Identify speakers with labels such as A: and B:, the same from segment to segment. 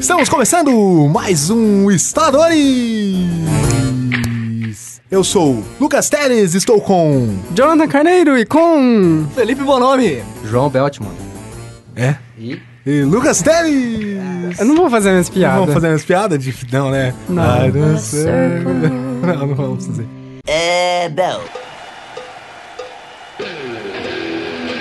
A: Estamos começando mais um Instaladores! Eu sou Lucas Teles, estou com.
B: Jonathan Carneiro e com.
C: Felipe Bonomi.
D: João Beltman.
A: É?
D: E?
A: E Lucas Teles!
B: Eu não vou fazer minhas piadas.
A: Vamos fazer umas piadas? De... Não, né?
B: É. Não.
A: Ah, não, sei. não, não vamos fazer.
E: É, não.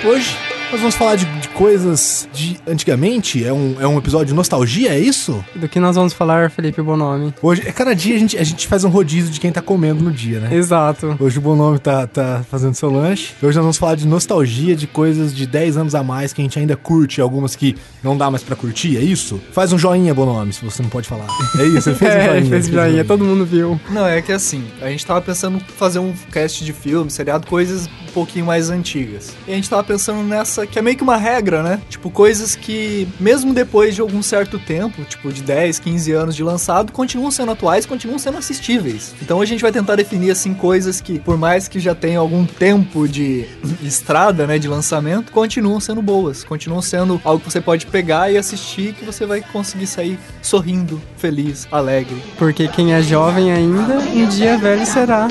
A: Hoje nós vamos falar de, de coisas de antigamente. É um, é um episódio de nostalgia, é isso?
B: Do que nós vamos falar, é Felipe Bonomi.
A: Hoje, é cada dia a gente, a gente faz um rodízio de quem tá comendo no dia, né?
B: Exato.
A: Hoje o Bonomi tá, tá fazendo seu lanche. Hoje nós vamos falar de nostalgia, de coisas de 10 anos a mais que a gente ainda curte, algumas que não dá mais pra curtir, é isso? Faz um joinha, Bonomi, se você não pode falar. É isso, ele fez um joinha.
B: é, fez joinha, todo mundo viu.
C: Não, é que assim, a gente tava pensando em fazer um cast de filme, seriado, coisas um pouquinho mais antigas. E a gente tava pensando nessa, que é meio que uma regra, né? Tipo, coisas que, mesmo depois de algum certo tempo, tipo de 10, 15 anos de lançado, continuam sendo atuais, continuam sendo assistíveis. Então a gente vai tentar definir, assim, coisas que, por mais que já tenham algum tempo de estrada, né, de lançamento, continuam sendo boas, continuam sendo algo que você pode pegar e assistir que você vai conseguir sair sorrindo, feliz, alegre.
B: Porque quem é jovem ainda, um dia velho será.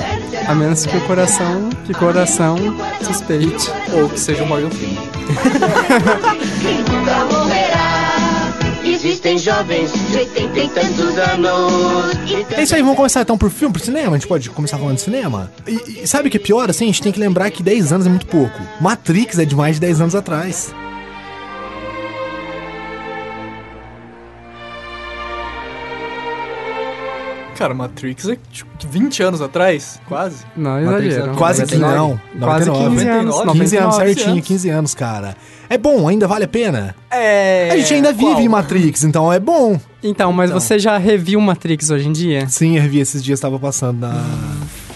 B: A menos que o coração, que coração suspeite.
C: Ou que seja o Morgan Freeman.
F: Quem nunca morrerá. Existem jovens de 80 e tantos anos.
A: É isso aí, vamos começar então por filme, por cinema? A gente pode começar falando de cinema? E, e sabe o que é pior? Assim, a gente tem que lembrar que 10 anos é muito pouco. Matrix é de mais de 10 anos atrás.
C: Cara, Matrix é tipo que 20 anos atrás, quase.
B: Não,
D: Matrix
B: exagero.
D: é
A: Quase que
D: 99.
A: não.
B: Quase 15
A: 99.
B: anos.
C: 99,
A: 15 anos
B: 99.
A: certinho,
C: anos.
A: 15 anos, cara. É bom, ainda vale a pena?
C: É.
A: a gente ainda vive
C: qual?
A: em Matrix, então é bom.
B: Então, mas
C: Então.
B: você já reviu Matrix hoje em dia?
A: Sim, eu vi esses dias, tava passando na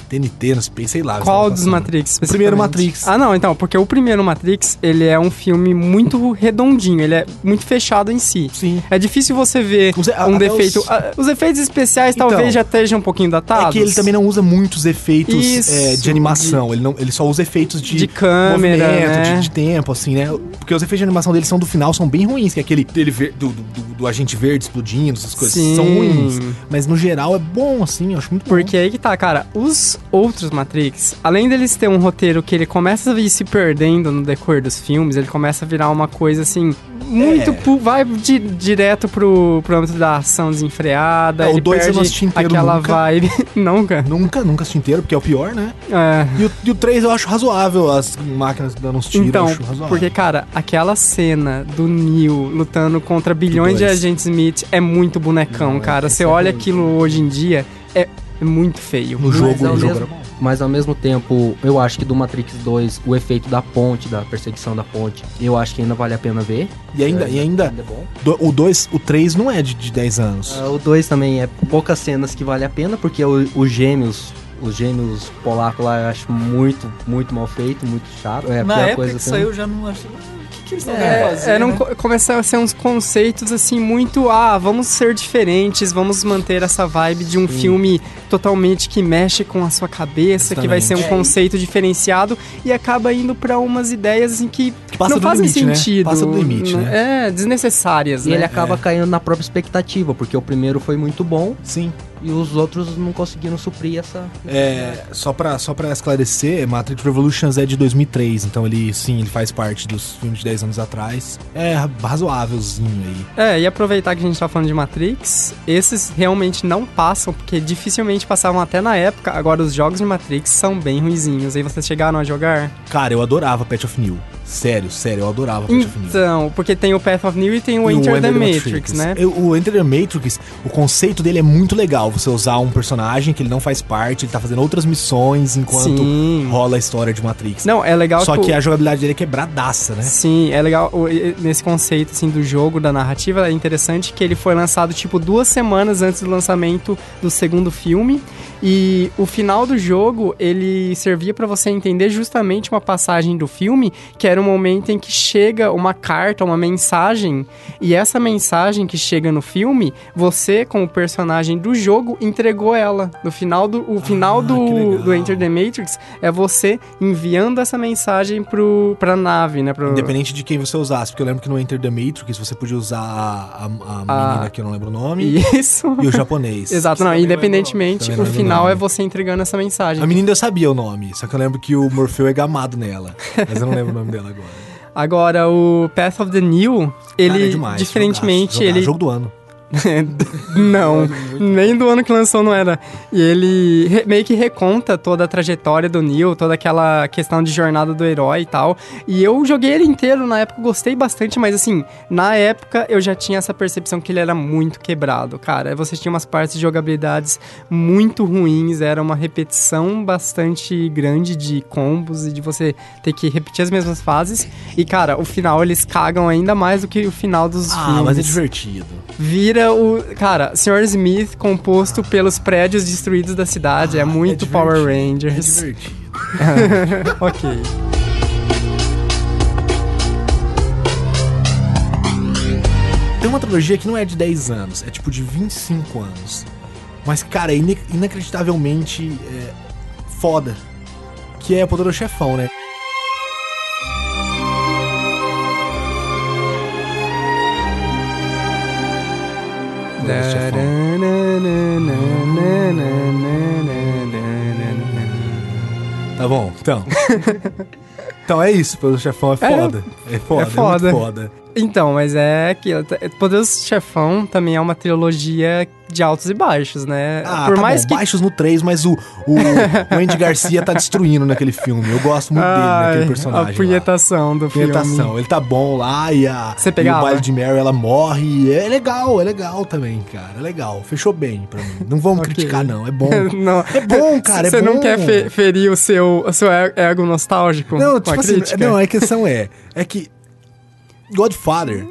A: TNT, no Space, sei lá.
B: Qual
A: tava
B: dos
A: passando.
B: Matrix?
A: O primeiro
B: especificamente?
A: Matrix.
B: Ah, não, então, porque o primeiro Matrix, ele é um filme muito redondinho, ele é muito fechado em si.
A: Sim.
B: É difícil você ver
A: Os e-
B: um
A: até
B: defeito.
A: os-
B: Ah, Os... efeitos especiais
A: Então,
B: talvez já estejam um pouquinho datados.
A: É que ele também não usa muitos efeitos
B: Isso,
A: é, de animação. Ele, não, ele só usa efeitos de,
B: De câmera,
A: movimento,
B: né?
A: de, de tempo, assim, né? Porque os efeitos de animação dele são do final, são bem ruins. Que é aquele dele ver- do, do, do- do agente verde explodindo, essas coisas.
B: Sim.
A: São ruins. Mas no geral é bom, assim, eu acho muito bom.
B: Porque aí que tá, cara, os outros Matrix, além deles ter um roteiro que ele começa a ir se perdendo no decorrer dos filmes, ele começa a virar uma coisa assim, muito.
A: É.
B: pu- vai di- direto pro, pro âmbito da ação desenfreada.
A: É, o
B: ele
A: dois eu
B: perde
A: não assisti inteiro
B: aquela
A: nunca.
B: vibe. nunca.
A: Nunca, nunca assisti inteiro, porque é o pior, né?
B: É.
A: E o, e o 3 eu acho razoável, as máquinas dando uns tiros, eu
B: Então,
A: acho razoável.
B: porque, cara, aquela cena do Neo lutando contra bilhões de
A: dois.
B: agentes Smith é muito bonecão,
D: Não, é,
B: cara.
D: isso
B: Você
D: é
B: olha
D: ruim.
B: aquilo hoje em dia, é é muito feio.
A: No jogo,
D: é o
A: no jogo
D: mesmo. Mas ao mesmo tempo, eu acho que do Matrix 2, o efeito da ponte, da perseguição da ponte, eu acho que ainda vale a pena ver.
A: E ainda,
D: É,
A: e ainda,
D: é bom.
A: do- o 2, o 3 não é de, de 10 anos.
D: Ah, o 2 também é poucas cenas que vale a pena, porque o- os gêmeos, os gêmeos polacos lá, eu acho muito, muito mal feito, muito chato.
A: né,
C: Na
D: É, porque é uma
C: época
D: coisa
C: que
D: assim-
C: saiu, eu já não acho. O que, que eles estão querendo fazer?
B: É, eram
C: né?
B: co- começaram a ser uns conceitos assim muito ah vamos ser diferentes vamos manter essa vibe de um filme totalmente que mexe com a sua cabeça que vai ser um
A: Exatamente.
B: conceito diferenciado e acaba indo pra umas ideias assim que
A: Que passa
B: não
A: do
B: fazem
A: limite,
B: sentido
A: né? Passa do limite, né?
B: é desnecessárias
D: assim. E
B: né
D: ele
C: é.
D: acaba caindo na própria expectativa, porque o primeiro foi muito bom
A: Sim.
D: e os outros não conseguiram suprir essa.
A: É, só pra, só pra esclarecer, Matrix Revolutions é de 2003, então ele, sim, ele faz parte dos filmes de 10 anos atrás. É razoávelzinho aí.
B: É, e aproveitar que a gente tá falando de Matrix, esses realmente não passam, porque dificilmente passavam até na época. Agora, os jogos de Matrix são bem ruinzinhos. Aí vocês chegaram a jogar?
A: Cara, eu adorava Pet of New. Sério, sério, eu adorava Pet of New.
B: Então, porque tem o Path of New e tem o
A: E
B: Enter the
A: Enter
B: Matrix, né?
A: Eu- o Enter the Matrix, o conceito dele é muito legal. Você usar um personagem que ele não faz parte, ele tá fazendo outras missões enquanto
B: Sim.
A: rola a história de Matrix.
B: Não, é legal
A: Só
B: o-
A: que a jogabilidade dele é quebradaça, né?
B: Sim, é legal o- e- nesse conceito assim do jogo, da narrativa, é interessante que ele foi lançado tipo duas semanas antes do lançamento do segundo filme e o final do jogo ele servia pra você entender justamente uma passagem do filme que era um momento em que chega uma carta, uma mensagem, e essa mensagem que chega no filme, você, como personagem do jogo, entregou ela. No final do, o final
A: Ah, que
B: do,
A: legal.
B: do Enter the Matrix é você enviando essa mensagem pro, pra nave, né? Pro,
A: Independente de quem você usasse, porque eu lembro que no Enter the Matrix você podia usar a, a, a
B: Ah.
A: menina que eu não lembro o nome
B: Isso.
A: e o japonês.
B: Exato, não,
C: Também não é
B: independentemente,
A: nome. Também
B: o
A: não é
B: final
A: nome.
B: é você entregando essa mensagem.
A: A menina eu sabia o nome, só que eu lembro que o Morfeu é gamado nela. Mas eu não lembro o nome dela agora.
B: Agora, o Path of the New, ele,
A: Cara, é
B: diferentemente,
A: jogaço, jogaço,
B: ele...
A: Jogo do ano.
B: não, nem do ano que lançou não era. E ele re- meio que reconta toda a trajetória do Neo, toda aquela questão de jornada do herói e tal. E eu joguei ele inteiro na época, gostei bastante, mas assim, na época eu já tinha essa percepção que ele era muito quebrado, cara. Você tinha umas partes de jogabilidades muito ruins, era uma repetição bastante grande de combos e de você ter que repetir as mesmas fases. E cara, o final eles cagam ainda mais do que o final dos
A: Ah,
B: filmes
A: mas é divertido.
B: vira o. Cara, Sr. Smith composto pelos prédios destruídos da cidade. é muito
A: É divertido,
B: Power
A: É
B: Rangers.
A: divertido.
B: ok.
A: Tem uma trilogia que não é de 10 anos, é tipo de 25 anos. Mas, cara, é ine- inacreditavelmente é, foda. Que é o Poderoso Chefão, né? Poderoso Chefão. Tá bom, então. então é isso, Poderoso Chefão é foda. É, foda, é,
B: foda.
A: muito foda.
B: Então, mas é aquilo. tá- Poderoso Chefão também é uma trilogia de altos e baixos, né?
A: Ah, Por mais baixos no 3, mas o, o, o Andy Garcia tá destruindo naquele filme. Eu gosto muito dele,
B: Ai,
A: naquele
B: a
A: personagem. lá.
B: punhetação do filme.
A: Punhetação. Ele tá bom lá e a
B: Você
A: e
B: pegava?
A: o baile de Mary ela morre. É legal, é legal também, cara. É legal. Fechou bem pra mim. Não vamos
B: Ok.
A: criticar, não. É bom.
B: Não.
A: É bom, cara.
B: Você
A: é bom.
B: não quer fe- ferir o seu, o seu e- ego nostálgico
A: Não,
B: com a
A: tipo assim,
B: crítica?
A: não, a questão é, é que Godfather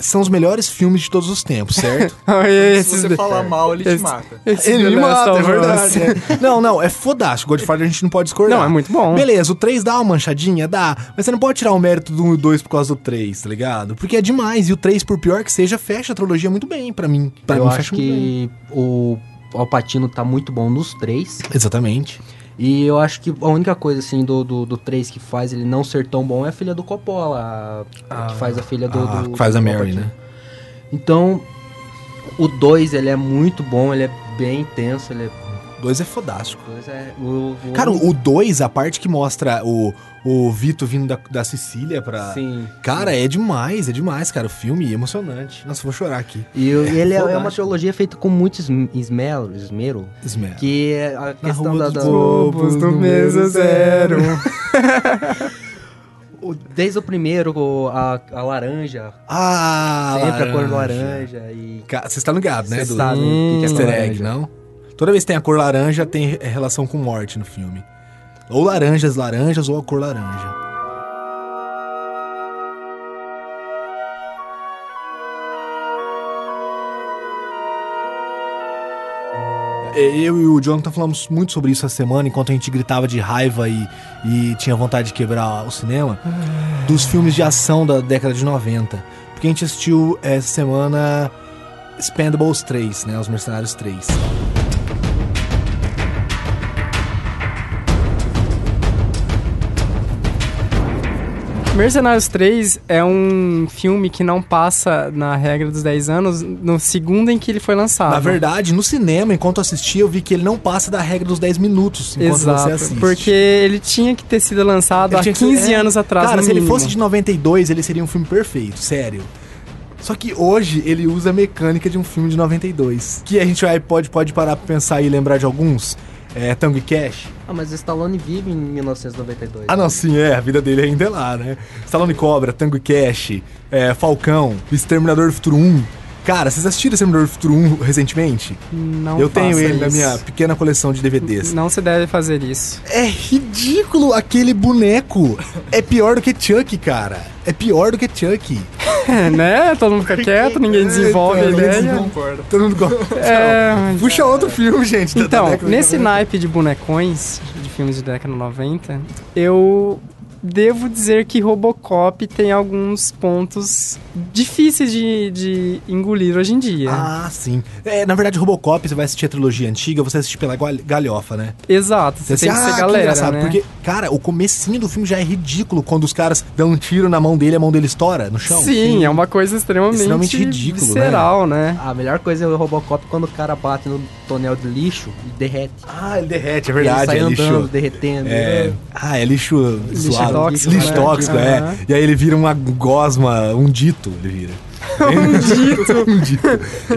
A: são os melhores filmes de todos os tempos, certo?
B: Esses
C: Se você
B: de-
C: falar mal, ele te
B: esse-
C: mata.
B: esse
A: Ele
B: The
A: me
B: Last
A: mata, é
B: of Us.
A: verdade. é. Não, não, é fodástico. Godfather a gente não pode discordar.
B: Não, é muito bom.
A: Beleza, o 3 dá uma manchadinha? Dá. Mas você não pode tirar o mérito do 1 e 2 por causa do 3, tá ligado? Porque é demais. E o 3, por pior que seja, fecha a trilogia muito bem pra mim. Pra
D: eu
A: mim,
D: acho
A: fecha muito bem.
D: que o Alpatino tá muito bom nos três.
A: Exatamente.
D: E eu acho que a única coisa, assim, do, do, do 3 que faz ele não ser tão bom é a filha do Coppola. a- que faz a filha do.
A: Ah,
D: do-
A: que faz
D: do
A: a
D: Al
A: Mary,
D: Pacino.
A: né?
D: Então, o 2 ele é muito bom, ele é bem intenso, ele é.
A: O 2 é fodástico.
D: coisa, é- o- o-
A: Cara, o 2, a parte que mostra o, o Vito vindo da, da Sicília pra.
D: Sim.
A: Cara, é demais, é demais, cara. O filme é emocionante. Nossa, eu vou chorar aqui.
D: E o- ele é, é uma
A: fodástico.
D: trilogia feita com muito esm- esmero, esmero
A: Esmero.
D: que é a questão
A: rua
D: da.
A: dos
D: da-
A: bobos.
B: Bobos do mesa zero.
D: o- desde o primeiro, o- a, a laranja.
A: Ah,
D: sempre a cor laranja. E.
A: Ca- Vocês estão ligados, né?
D: Vocês
A: Do,
D: sabem o que que é
A: do easter egg,
D: laranja.
A: não? Toda vez que tem a cor laranja, tem re- relação com morte no filme. Ou laranjas, laranjas, ou a cor laranja. É, Eu e o Jonathan falamos muito sobre isso essa semana, enquanto a gente gritava de raiva e, e tinha vontade de quebrar o cinema, dos filmes de ação da década de 90. Porque a gente assistiu essa semana Spendables 3, né? Os Mercenários 3.
B: Tá Mercenários 3 é um filme que não passa na regra dos 10 anos no segundo em que ele foi lançado.
A: Na verdade, no cinema, enquanto eu assistia, eu vi que ele não passa da regra dos 10 minutos enquanto você
B: Exato,
A: assiste.
B: porque ele tinha que ter sido lançado
A: Ele
B: há
A: tinha que ser-
B: 15
A: é.
B: anos atrás.
A: Cara,
B: no
A: se ele
B: mínimo.
A: fosse de 92, ele seria um filme perfeito, sério. Só que hoje ele usa a mecânica de um filme de 92. Que a gente vai, pode, pode parar pra pensar e lembrar de alguns. É, Tango e Cash.
D: Ah, mas Stallone vive em 1992.
A: Ah, não, sim, é. A vida dele ainda é lá, né? Stallone Cobra, Tango e Cash, é, Falcão, Exterminador do Futuro 1. Cara, vocês assistiram Exterminador do Futuro 1 recentemente?
B: Não
A: eu tenho
B: faça
A: ele na
B: isso.
A: minha pequena coleção de DVDs.
B: Não se deve fazer isso.
A: É ridículo aquele boneco. É pior do que Chuck, cara. É pior do que Chuck.
B: É, né? Todo mundo fica quieto, ninguém desenvolve a
A: Então, ninguém
B: ideia.
C: Concordo.
A: Todo mundo gosta.
B: É, mas-
A: Puxa outro filme, gente. da- da
B: Então,
A: década de
B: nesse
A: 90.
B: naipe de bonecões, de filmes de década de 90, eu devo dizer que Robocop tem alguns pontos difíceis de, de engolir hoje em dia.
A: Ah, sim. É, na verdade, Robocop, você vai assistir a trilogia antiga, você assiste pela gal- galhofa, né?
B: Exato, você tem que
A: assim,
B: ser
A: que
B: galera,
A: engraçado,
B: né?
A: Porque, cara, o comecinho do filme já é ridículo quando os caras dão um tiro na mão dele e a mão dele estoura no chão.
B: Sim, é uma coisa extremamente,
A: Extremamente ridículo,
B: visceral, né?
D: A melhor coisa é o Robocop quando o cara bate no tonel de lixo e derrete.
A: Ah, ele derrete, é
D: ele
A: verdade,
D: sai
A: é
D: andando,
A: lixo.
D: derretendo.
A: É, ah, é lixo, zoado.
B: tóxico,
A: lixo
B: né?
A: tóxico, é.
B: Aham.
A: E aí ele vira uma gosma, um dito, ele vira. um dito. um dito.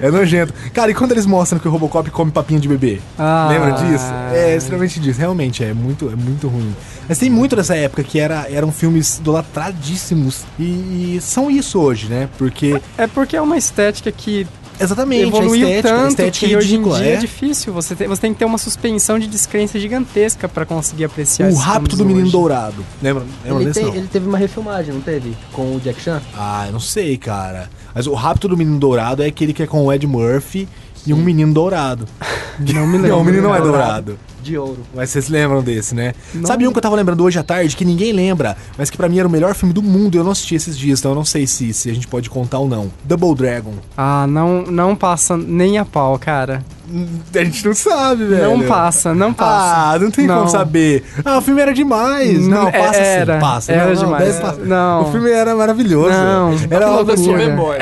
A: É nojento. Cara, e quando eles mostram que o Robocop come papinha de bebê?
B: Ah.
A: Lembra disso? É, extremamente disso. Realmente, é muito, é muito ruim. Mas tem muito dessa época que era, eram filmes idolatradíssimos. E, e são isso hoje, né? Porque.
B: É porque é uma estética que
A: Exatamente,
B: evoluiu
A: a estética,
B: tanto
A: a estética
B: que
A: é
B: hoje em
A: ridícula.
B: dia é,
A: é.
B: difícil. Você tem, você tem que ter uma suspensão de descrença gigantesca pra conseguir apreciar
A: O
B: esses
A: rapto
B: filmes
A: do menino
B: hoje.
A: dourado. Lembra, lembra
D: Ele,
A: desse?
D: tem-
A: não?
D: ele teve uma refilmagem, não teve? Com o Jack Chan?
A: Ah, eu não sei, cara. Mas o Rapto do Menino Dourado é aquele que é com o Ed Murphy e um menino dourado.
B: Não me lembro.
A: Não, o menino não é dourado.
D: De ouro.
A: Mas vocês lembram desse, né? Sabe um que eu tava lembrando hoje à tarde, que ninguém lembra, mas que pra mim era o melhor filme do mundo e eu não assisti esses dias, então eu não sei se, se a gente pode contar ou não. Double Dragon.
B: Ah, não, não passa nem a pau, cara.
A: Hum, A gente não sabe, velho.
B: Não passa, não passa.
A: Ah, não tem
B: Não.
A: como saber. Ah, o filme era demais. Não,
B: É-
A: passa
B: era,
A: sim, passa.
B: Era
A: não, não,
B: demais.
A: deve passar.
B: Não.
A: O filme era maravilhoso.
B: Não.
A: Era uma,
B: Todo
A: obra de,
B: filme é
C: um Boy.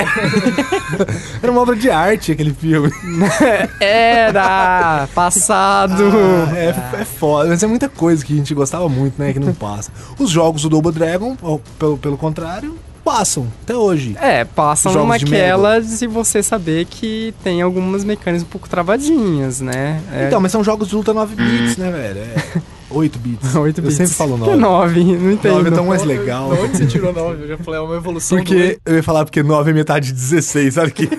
A: era uma obra de arte aquele filme.
B: Era passado.
A: Ah, é, é foda, mas é muita coisa que a gente gostava muito, né? Que não passa. Os jogos do Double Dragon, ó, pelo, pelo contrário, passam até hoje.
B: É, passam
A: Jogos de
B: naquela de você saber que tem algumas mecânicas um pouco travadinhas, né? É,
A: Então, mas são jogos de luta 9 bits, né, velho? É, 8 bits.
B: 8
A: Eu
B: bits.
A: sempre falo
B: Que
A: 9.
B: 9, não entendo.
A: 9 é tão mais legal.
C: De onde você tirou nove? Eu já falei, é uma evolução
A: Porque eu ia falar porque 9 é metade de 16, sabe que?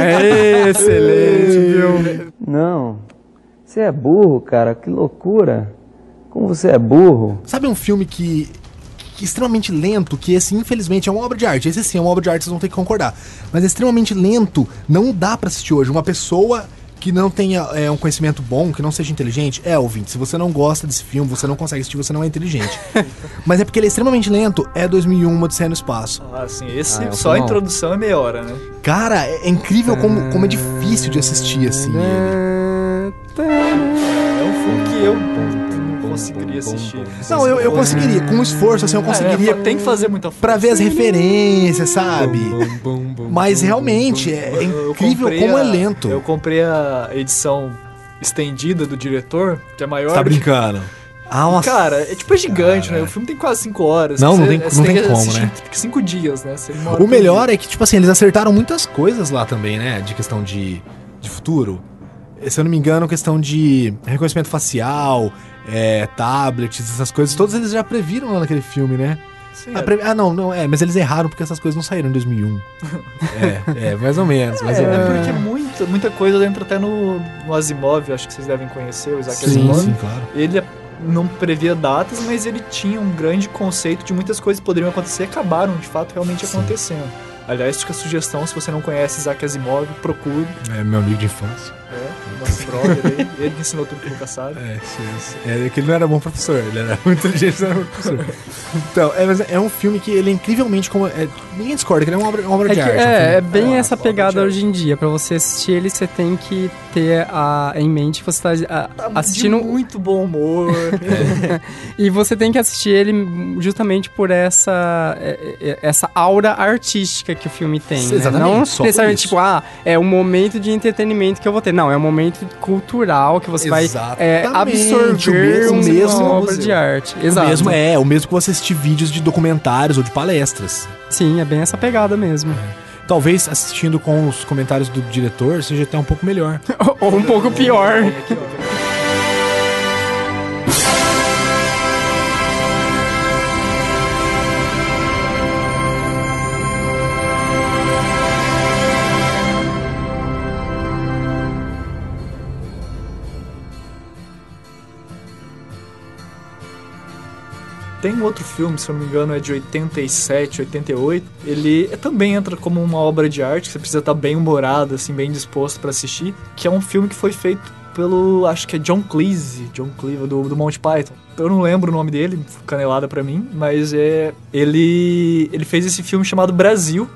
B: É excelente, viu?
E: Não. Você é burro, cara. Que loucura. Como você é burro.
A: Sabe um filme que, que é extremamente lento, que esse infelizmente é uma obra de arte. Esse sim é uma obra de arte, vocês vão ter que concordar. Mas é extremamente lento, não dá pra assistir hoje. Uma pessoa que não tenha é, um conhecimento bom, que não seja inteligente, é ouvinte. Se você não gosta desse filme, você não consegue assistir, você não é inteligente. Mas é porque ele é extremamente lento, é 2001, Uma Odisseia no Espaço.
C: do... Ah, assim, esse,
D: Ah, é um
C: só a
D: filmão.
C: introdução é meia hora, né?
A: Cara, é, é incrível como, como é difícil de assistir, assim. ele.
B: tá.
C: É um filme que eu não conseguiria assistir.
A: Não, eu, eu conseguiria, com esforço, assim, eu conseguiria.
C: É, tem que fazer muita força.
A: Pra ver as referências, sabe? Mas realmente é
C: Eu
A: incrível
C: comprei
A: como é
C: a-
A: lento.
C: Eu comprei a edição estendida do diretor, que é maior.
A: Você tá brincando? Ah, nossa.
C: Cara, é tipo é gigante, né? O filme tem quase 5 horas.
A: Não, não
C: Você- é
A: tem-
C: você
A: não tem
C: que
A: como,
C: assistir
A: né?
C: 5 dias, né? Você mora
A: o melhor é que, tipo assim, eles acertaram muitas coisas lá também, né? De questão de, de futuro. Eh, Se eu não me engano, questão de reconhecimento facial, é, tablets, essas coisas, todos eles já previram lá naquele filme, né?
C: Sim,
A: Ah,
C: é.
A: pre- ah, não, não, é, mas eles erraram porque essas coisas não saíram em 2001. é, é, mais ou menos, mais
C: É,
A: ou menos.
C: porque muita, muita coisa entra até no, no Asimov, acho que vocês devem conhecer, o Isaac
A: Sim,
C: Asimov.
A: sim, claro.
C: Ele é- não previa datas, mas ele tinha um grande conceito de muitas coisas que poderiam acontecer e acabaram de fato realmente
A: Sim.
C: acontecendo. Aliás, fica a sugestão, se você não conhece Isaac Asimov, procure.
A: É meu amigo de infância.
C: né? Nosso brother aí, ele que ensinou tudo que nunca sabe.
A: É, isso, isso. é que ele não era bom professor, ele era muito inteligente, não era bom professor. Então, é, mas é um filme que ele é incrivelmente como. é- ninguém discorda, que ele é uma obra, uma obra de
B: É, que-
A: arte. um
B: é,
A: filme-
B: é bem
C: É,
B: essa
C: obra de
B: pegada
C: arte.
B: hoje em dia. Pra você assistir ele, você tem que ter a, em mente que você tá a- assistindo
C: De muito bom humor.
B: E você tem que assistir ele justamente por essa é, é, essa aura artística que o filme tem.
A: Sim,
B: né?
A: exatamente,
B: Não
A: só por
B: necessariamente
A: isso.
B: tipo, ah, é um momento de entretenimento que eu vou ter. Não, é um momento cultural que você vai é,
A: Exatamente,
B: absorver
A: o
B: um
A: mesmo-
B: mesmo
A: o mesmo
B: obra
A: museu.
B: de arte.
A: O
B: Exato.
A: mesmo é, o mesmo que você assistir vídeos de documentários ou de palestras.
B: Sim, é bem essa pegada mesmo.
A: Talvez assistindo com os comentários do diretor seja até um pouco melhor.
B: Ou um pouco pior.
C: Tem um outro filme, se eu não me engano, é de 87, 88. Ele é- também entra como uma obra de arte, que você precisa estar bem humorado, assim, bem disposto pra assistir, que é um filme que foi feito pelo. Acho que é John Cleese, John Cleese, do, do Monty Python. Eu não lembro o nome dele, canelada pra mim, mas é. Ele. Ele fez esse filme chamado Brasil,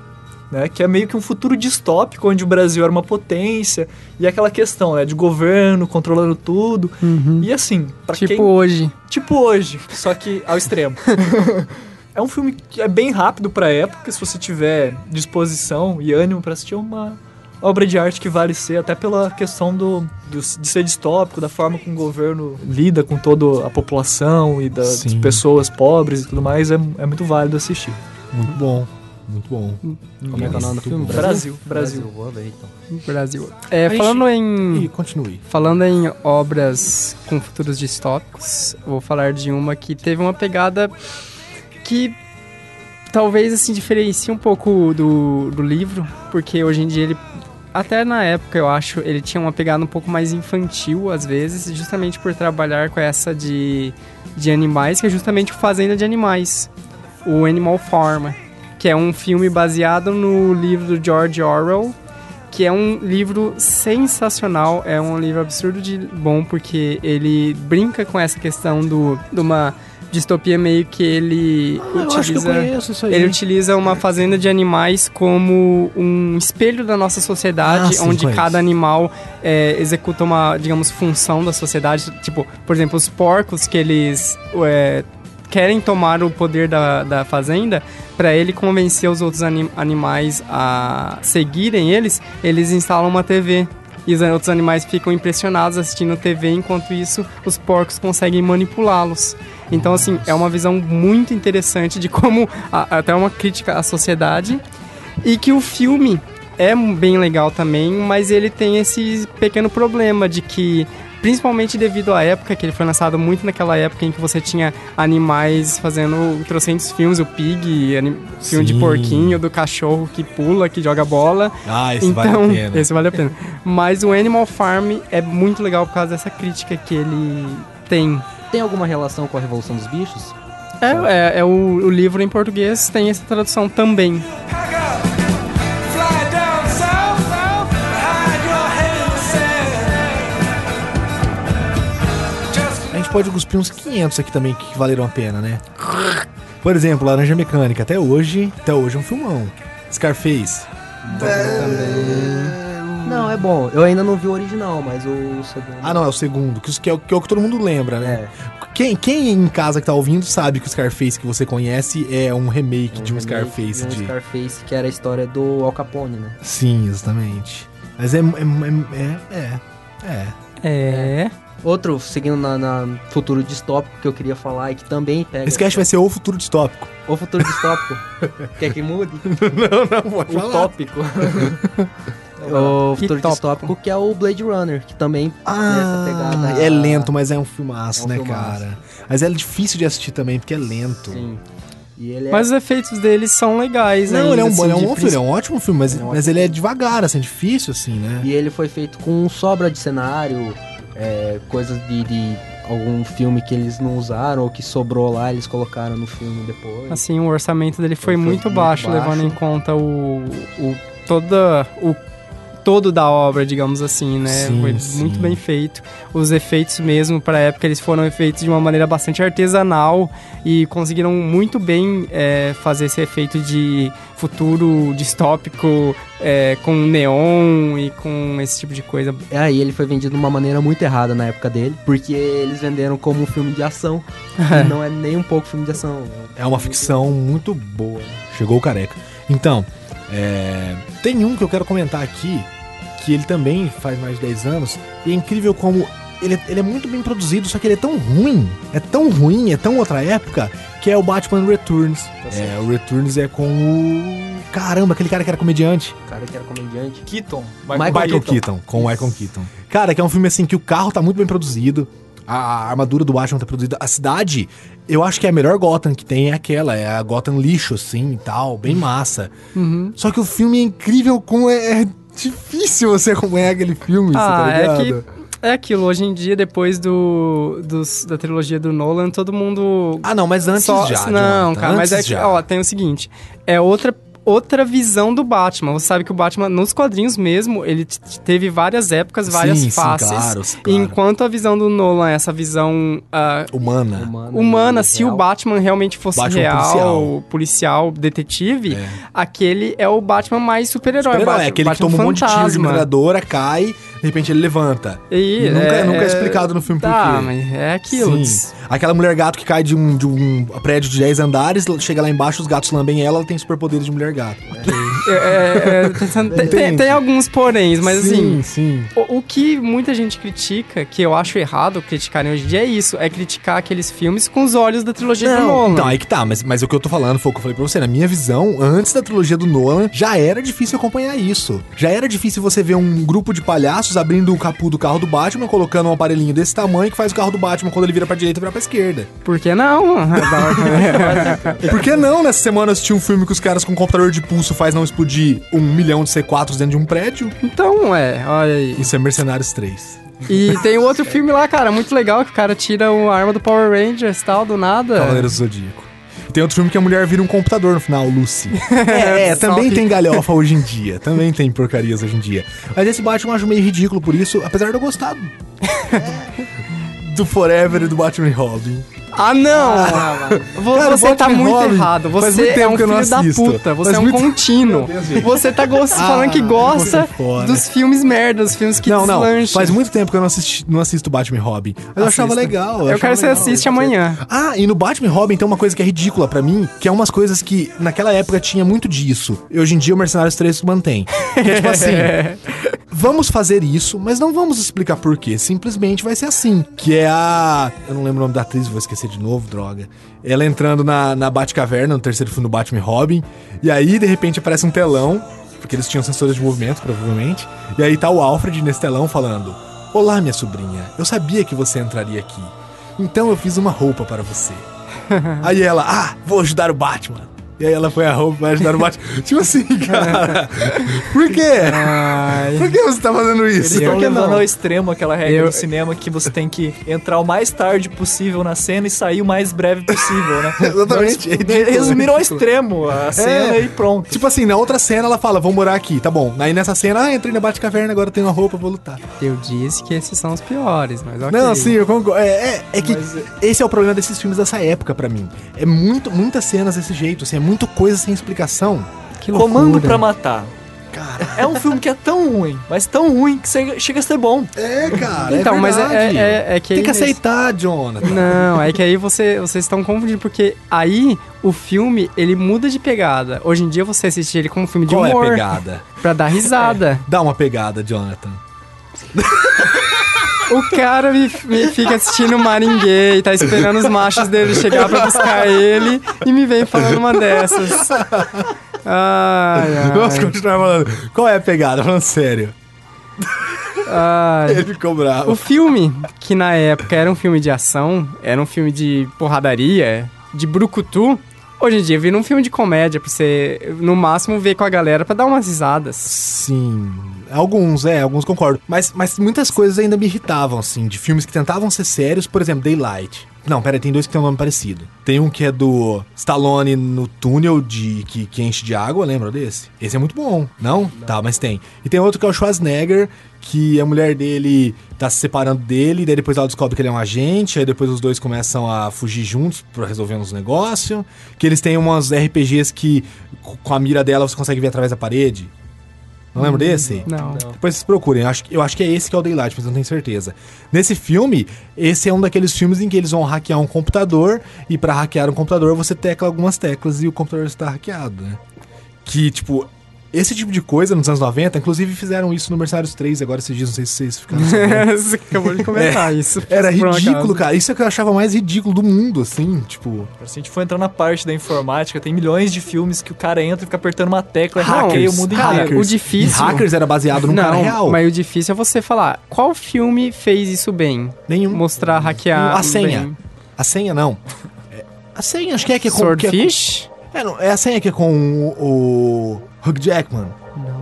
C: né, que é meio que um futuro distópico, onde o Brasil era uma potência, e aquela questão, né? De governo controlando tudo. E assim, pra
B: Tipo
C: quem.
B: hoje.
C: Tipo hoje, só que ao extremo. é um filme que é bem rápido pra época, se você tiver disposição e ânimo pra assistir, é uma obra de arte que vale ser, até pela questão do, do- de ser distópico, da forma como o governo lida com toda a população e das
A: Sim.
C: pessoas pobres e tudo mais, é, é muito válido assistir.
A: Muito bom. Muito bom.
D: Como é que é o nome do
A: Muito
D: filme?
A: bom.
C: Brasil,
D: Brasil.
C: Brasil.
D: Vou ver então.
B: Brasil. É,
A: gente-
B: falando em.
A: E continue.
B: Falando em obras com futuros distópicos, vou falar de uma que teve uma pegada que talvez assim diferencie um pouco do, do livro, porque hoje em dia ele até na época eu acho ele tinha uma pegada um pouco mais infantil às vezes, justamente por trabalhar com essa de de animais, que é justamente o Fazenda de Animais, o Animal Farm, que é um filme baseado no livro do George Orwell, que é um livro sensacional, é um livro absurdo de bom, porque ele brinca com essa questão do, de uma distopia meio que ele
A: Ah,
B: utiliza...
A: isso
B: Ele utiliza uma fazenda de animais como um espelho da nossa sociedade,
A: Ah, sim,
B: onde
A: conheço.
B: cada animal é, executa uma, digamos, função da sociedade. Tipo, por exemplo, os porcos que eles é, querem tomar o poder da, da fazenda, para ele convencer os outros ani- animais a seguirem eles, eles instalam uma TV. E os an- outros animais ficam impressionados assistindo TV, enquanto isso os porcos conseguem manipulá-los. Então, assim, é uma visão muito interessante de como. a- até uma crítica à sociedade. E que o filme é um- bem legal também, mas ele tem esse pequeno problema de que. Principalmente devido à época, que ele foi lançado muito naquela época em que você tinha animais fazendo trocentos filmes, o Pig, anim- filme de
A: Sim.
B: porquinho, do cachorro que pula, que joga bola.
A: Ah, esse
B: então,
A: vale a pena.
B: esse vale a pena. Mas o Animal Farm é muito legal por causa dessa crítica que ele tem
D: Tem alguma relação com a Revolução dos Bichos?
B: é, é, é o, o livro em português tem essa tradução também.
A: A gente pode cuspir uns 500 aqui também que valeram a pena, né? Por exemplo, Laranja Mecânica, até hoje, até hoje é um filmão. Scarface.
D: Não, é bom. Eu ainda não vi o original, mas o segundo.
A: Ah, não, é o segundo, que isso que é, o- que é o que todo mundo lembra, né?
D: É.
A: Quem, quem em casa que tá ouvindo sabe que o Scarface que você conhece é um remake de um Scarface.
D: De
A: De...
D: um Scarface, que era a história do Al Capone, né?
A: Sim, exatamente. Mas é. É. É. é, é.
B: É.
D: Outro, seguindo na, na futuro distópico que eu queria falar e que também pega.
A: Esse cast vai ser o futuro distópico.
D: O futuro distópico. Quer que mude?
C: Utópico.
D: o futuro
B: tópico?
D: distópico que é o Blade Runner, que também
A: Ah,
D: pegada-
A: é lento, mas é um filmaço,
D: É um
A: né,
D: filmaço.
A: cara? Mas é difícil de assistir também, porque é lento.
D: sim. E ele é
B: Mas os efeitos dele são legais, né?
A: Não, ele é um,
B: ainda,
A: bom- ele é um
B: assim,
A: bom
B: de
A: filme, ele é um ótimo filme, mas,
D: Ele é um
A: mas ele é devagar, assim, difícil, assim, né?
D: E ele foi feito com sobra de cenário, é, coisas de, de algum filme que eles não usaram ou que sobrou lá, eles colocaram no filme depois.
B: Assim, o orçamento dele foi,
D: Foi
B: muito,
D: muito
B: baixo,
D: baixo.
B: levando em conta o, o toda o todo da obra, digamos assim, né?
A: Sim,
B: foi
A: sim.
B: muito bem feito. Os efeitos mesmo para época eles foram feitos de uma maneira bastante artesanal e conseguiram muito bem é, fazer esse efeito de futuro distópico é, com neon e com esse tipo de coisa.
D: É, aí ele foi vendido de uma maneira muito errada na época dele, porque eles venderam como um filme de ação. e não é nem um pouco filme de ação.
A: É uma ficção muito boa. Chegou o careca. Então, é, tem um que eu quero comentar aqui, que ele também faz mais de 10 anos, e é incrível como ele, ele é muito bem produzido, só que ele é tão ruim, é tão ruim, é tão outra época, que é o Batman Returns. é, o Returns é com o... Caramba, aquele cara que era comediante.
D: O cara que era comediante.
C: Keaton.
A: Michael, Keaton. com o Michael Keaton. Cara, que é um filme assim que o carro tá muito bem produzido. A a armadura do Batman tá produzida. A cidade, eu acho que é a melhor Gotham que tem, é aquela. É a Gotham lixo, assim, e tal.
B: Uhum.
A: Bem massa. Só que o filme é incrível como é, é difícil você acompanhar aquele filme,
B: Ah,
A: você tá
B: é
A: ligado?
B: que. É aquilo, hoje em dia, depois do, dos- da trilogia do Nolan, todo mundo
A: Ah, não, mas antes
B: Só-
A: já.
B: Não,
A: Jonathan,
B: cara, mas
A: antes
B: é que, ó, tem o seguinte: é outra outra visão do Batman. Você sabe que o Batman, nos quadrinhos mesmo, ele t- t- teve várias épocas, várias
A: Sim, sim,
B: faces.
A: claro,
B: E
A: claro.
B: Enquanto a visão do Nolan é essa visão ah,
A: Humana.
B: humana, se
D: né, real.
B: o Batman realmente fosse
A: Batman
B: real,
A: policial.
B: policial, detetive,
A: É.
B: aquele é o Batman mais super-herói.
A: Super-herói,
B: Batman-
A: é aquele que
B: Batman
A: toma um monte de tiro de
B: fantasma.
A: mineradora, cai, de repente ele levanta.
B: E,
A: E nunca,
B: é,
A: nunca é explicado no filme
B: Tá,
A: por quê.
B: mas é aquilo.
A: Sim. Aquela mulher gato que cai de um, de um prédio de 10 andares, chega lá embaixo, os gatos lambem ela, ela tem superpoderes de mulher gato.
B: É, é, é, tem- tem, tem alguns poréns, mas
A: Sim,
B: assim,
A: sim.
B: O, o que muita gente critica, que eu acho errado criticarem hoje em dia, é isso. É criticar aqueles filmes com os olhos da trilogia do Nolan.
A: Então, aí que tá, mas, mas o que eu tô falando foi o que eu falei pra você. Na minha visão, antes da trilogia do Nolan, já era difícil acompanhar isso. Já era difícil você ver um grupo de palhaços abrindo o capu do carro do Batman, colocando um aparelhinho desse tamanho que faz o carro do Batman quando ele vira pra direita virar pra esquerda.
B: Por que não?
A: Por que não nessa semana assistir um filme que os caras com computador de pulso faz não explodir um milhão de C4s dentro de um prédio?
B: então, é, olha aí.
A: Isso é Mercenários 3.
B: E tem um outro filme lá, cara, muito legal, que o cara tira o- a arma do Power Rangers e tal, do nada.
A: Cavaleiros do Zodíaco. E Tem outro filme que a mulher vira um computador no final, Lucy. É, é, também
B: Salve.
A: tem galhofa hoje em dia. Também tem porcarias hoje em dia. Mas esse Batman eu acho meio ridículo por isso, apesar de eu gostar do- do Forever e do Batman e Robin.
B: Ah, não! Vo-
A: Cara,
B: você tá
A: Batman
B: muito
A: Robin,
B: errado.
A: faz
B: Você
A: muito
B: é
A: tempo
B: um
A: que eu não
B: filho da
A: assisto.
B: puta. Você
A: Faz
B: é um
A: muito-
B: contínuo. Você tá go-
A: Ah,
B: falando que gosta
A: você fora.
B: dos filmes merda, dos filmes que
A: não, não.
B: deslancham.
A: Faz muito tempo que eu não, assisti, não assisto Batman e Robin. Mas eu achava
B: Assista.
A: legal.
B: Eu
A: achava
B: quero que você
A: legal.
B: assiste amanhã.
A: Ah, e no Batman e Robin tem uma coisa que é ridícula pra mim, que é umas coisas que naquela época tinha muito disso. E hoje em dia o Mercenários 3 mantém. Que é tipo assim, vamos fazer isso, mas não vamos explicar por quê. Simplesmente vai ser assim. Que é a... Eu não lembro o nome da atriz, vou esquecer de novo, droga. Ela entrando na, na Batcaverna, no terceiro filme do Batman e Robin. E aí, de repente, aparece um telão, porque eles tinham sensores de movimento, provavelmente. E aí tá o Alfred nesse telão falando... Olá, minha sobrinha. Eu sabia que você entraria aqui. Então eu fiz uma roupa para você. Aí ela, ah, vou ajudar o Batman. E aí ela foi a roupa para ajudar o Batman. tipo assim, cara. Por quê? Por que você tá fazendo isso?
C: Eles estão
B: que
C: levando
B: não.
C: ao extremo aquela regra
B: Eu-
C: do cinema que você tem que entrar o mais tarde possível na cena e sair o mais breve possível, né?
A: Exatamente. É ridículo.
C: Resumiram ao extremo a cena e pronto.
A: Tipo assim, na outra cena ela fala, vou morar aqui, tá bom. Aí nessa cena, ah, entrei na Batcaverna, agora tenho uma roupa, vou lutar.
B: Eu disse que esses são os piores, mas ok.
A: Não, sim, eu concordo. É, é, é que esse é o problema desses filmes dessa época pra mim. É muito, muitas cenas desse jeito, assim, é muita coisa sem explicação.
B: Que
C: Comando
B: loucura.
C: pra matar. Cara. É um filme que é tão ruim, mas tão ruim que você- chega a ser bom.
A: É, cara.
B: Então, mas é-
A: verdade.
B: é- é que
A: Tem que
B: aí nesse-
A: aceitar, Jonathan.
B: Não, é que aí você, vocês estão confundindo, porque aí o filme, ele muda de pegada. Hoje em dia você assiste ele como um filme de
A: Qual é a
B: humor,
A: pegada? É.
B: pra dar risada.
A: Dá uma pegada, Jonathan.
B: O cara me, me fica assistindo Maringuei, tá esperando os machos dele chegar pra buscar ele, e me vem falando uma dessas. Ai,
A: Vamos
B: ai,
A: continuar falando. Qual é a pegada? Falando sério.
B: ai.
A: Ele ficou bravo.
B: O filme, que na época era um filme de ação, era um filme de porradaria, de brucutu, hoje em dia vira um filme de comédia pra você, no máximo, ver com a galera pra dar umas risadas.
A: Sim. Alguns, é, alguns concordo. Mas, mas muitas coisas ainda me irritavam, assim, de filmes que tentavam ser sérios, por exemplo, Daylight. Não, pera, tem dois que tem um nome parecido. Tem um que é do Stallone no túnel de que, que enche de água, lembra desse? Esse é muito bom, não? Tá, mas tem. E tem outro que é o Schwarzenegger, que a mulher dele tá se separando dele, daí depois ela descobre que ele é um agente, aí depois os dois começam a fugir juntos pra resolver uns negócios. Que eles têm umas RPGs que co- com a mira dela você consegue ver através da parede. Não lembro desse?
B: Hum, Não.
A: Depois vocês procurem. Eu acho, eu acho que é esse que é o Daylight, mas eu não tenho certeza. Nesse filme, esse é um daqueles filmes em que eles vão hackear um computador e pra hackear um computador você tecla algumas teclas e o computador está hackeado, né? Que, tipo, esse tipo de coisa nos anos 90, inclusive fizeram isso no Mercenários 3, agora esses dias, não sei se vocês ficaram sabendo.
B: Você acabou de comentar Hum, isso.
A: É, Era
B: por um acaso.
A: ridículo, cara. Isso é o que eu achava mais ridículo do mundo, assim, tipo...
C: Se a gente for entrar na parte da informática, tem milhões de filmes que o cara entra e fica apertando uma tecla e
B: Não,
C: hackeia o mundo
B: cara,
C: inteiro.
B: o difícil-
A: E hackers era baseado num cara
B: Não,
A: um real.
B: mas o difícil é você falar qual filme fez isso bem.
A: Nenhum.
B: Mostrar, hackear. um
A: A senha.
B: bem.
A: A senha, não. É, A senha, acho que é que é com... que é com-
B: Swordfish?
A: É, não, é a senha que é com o, o Hugh Jackman.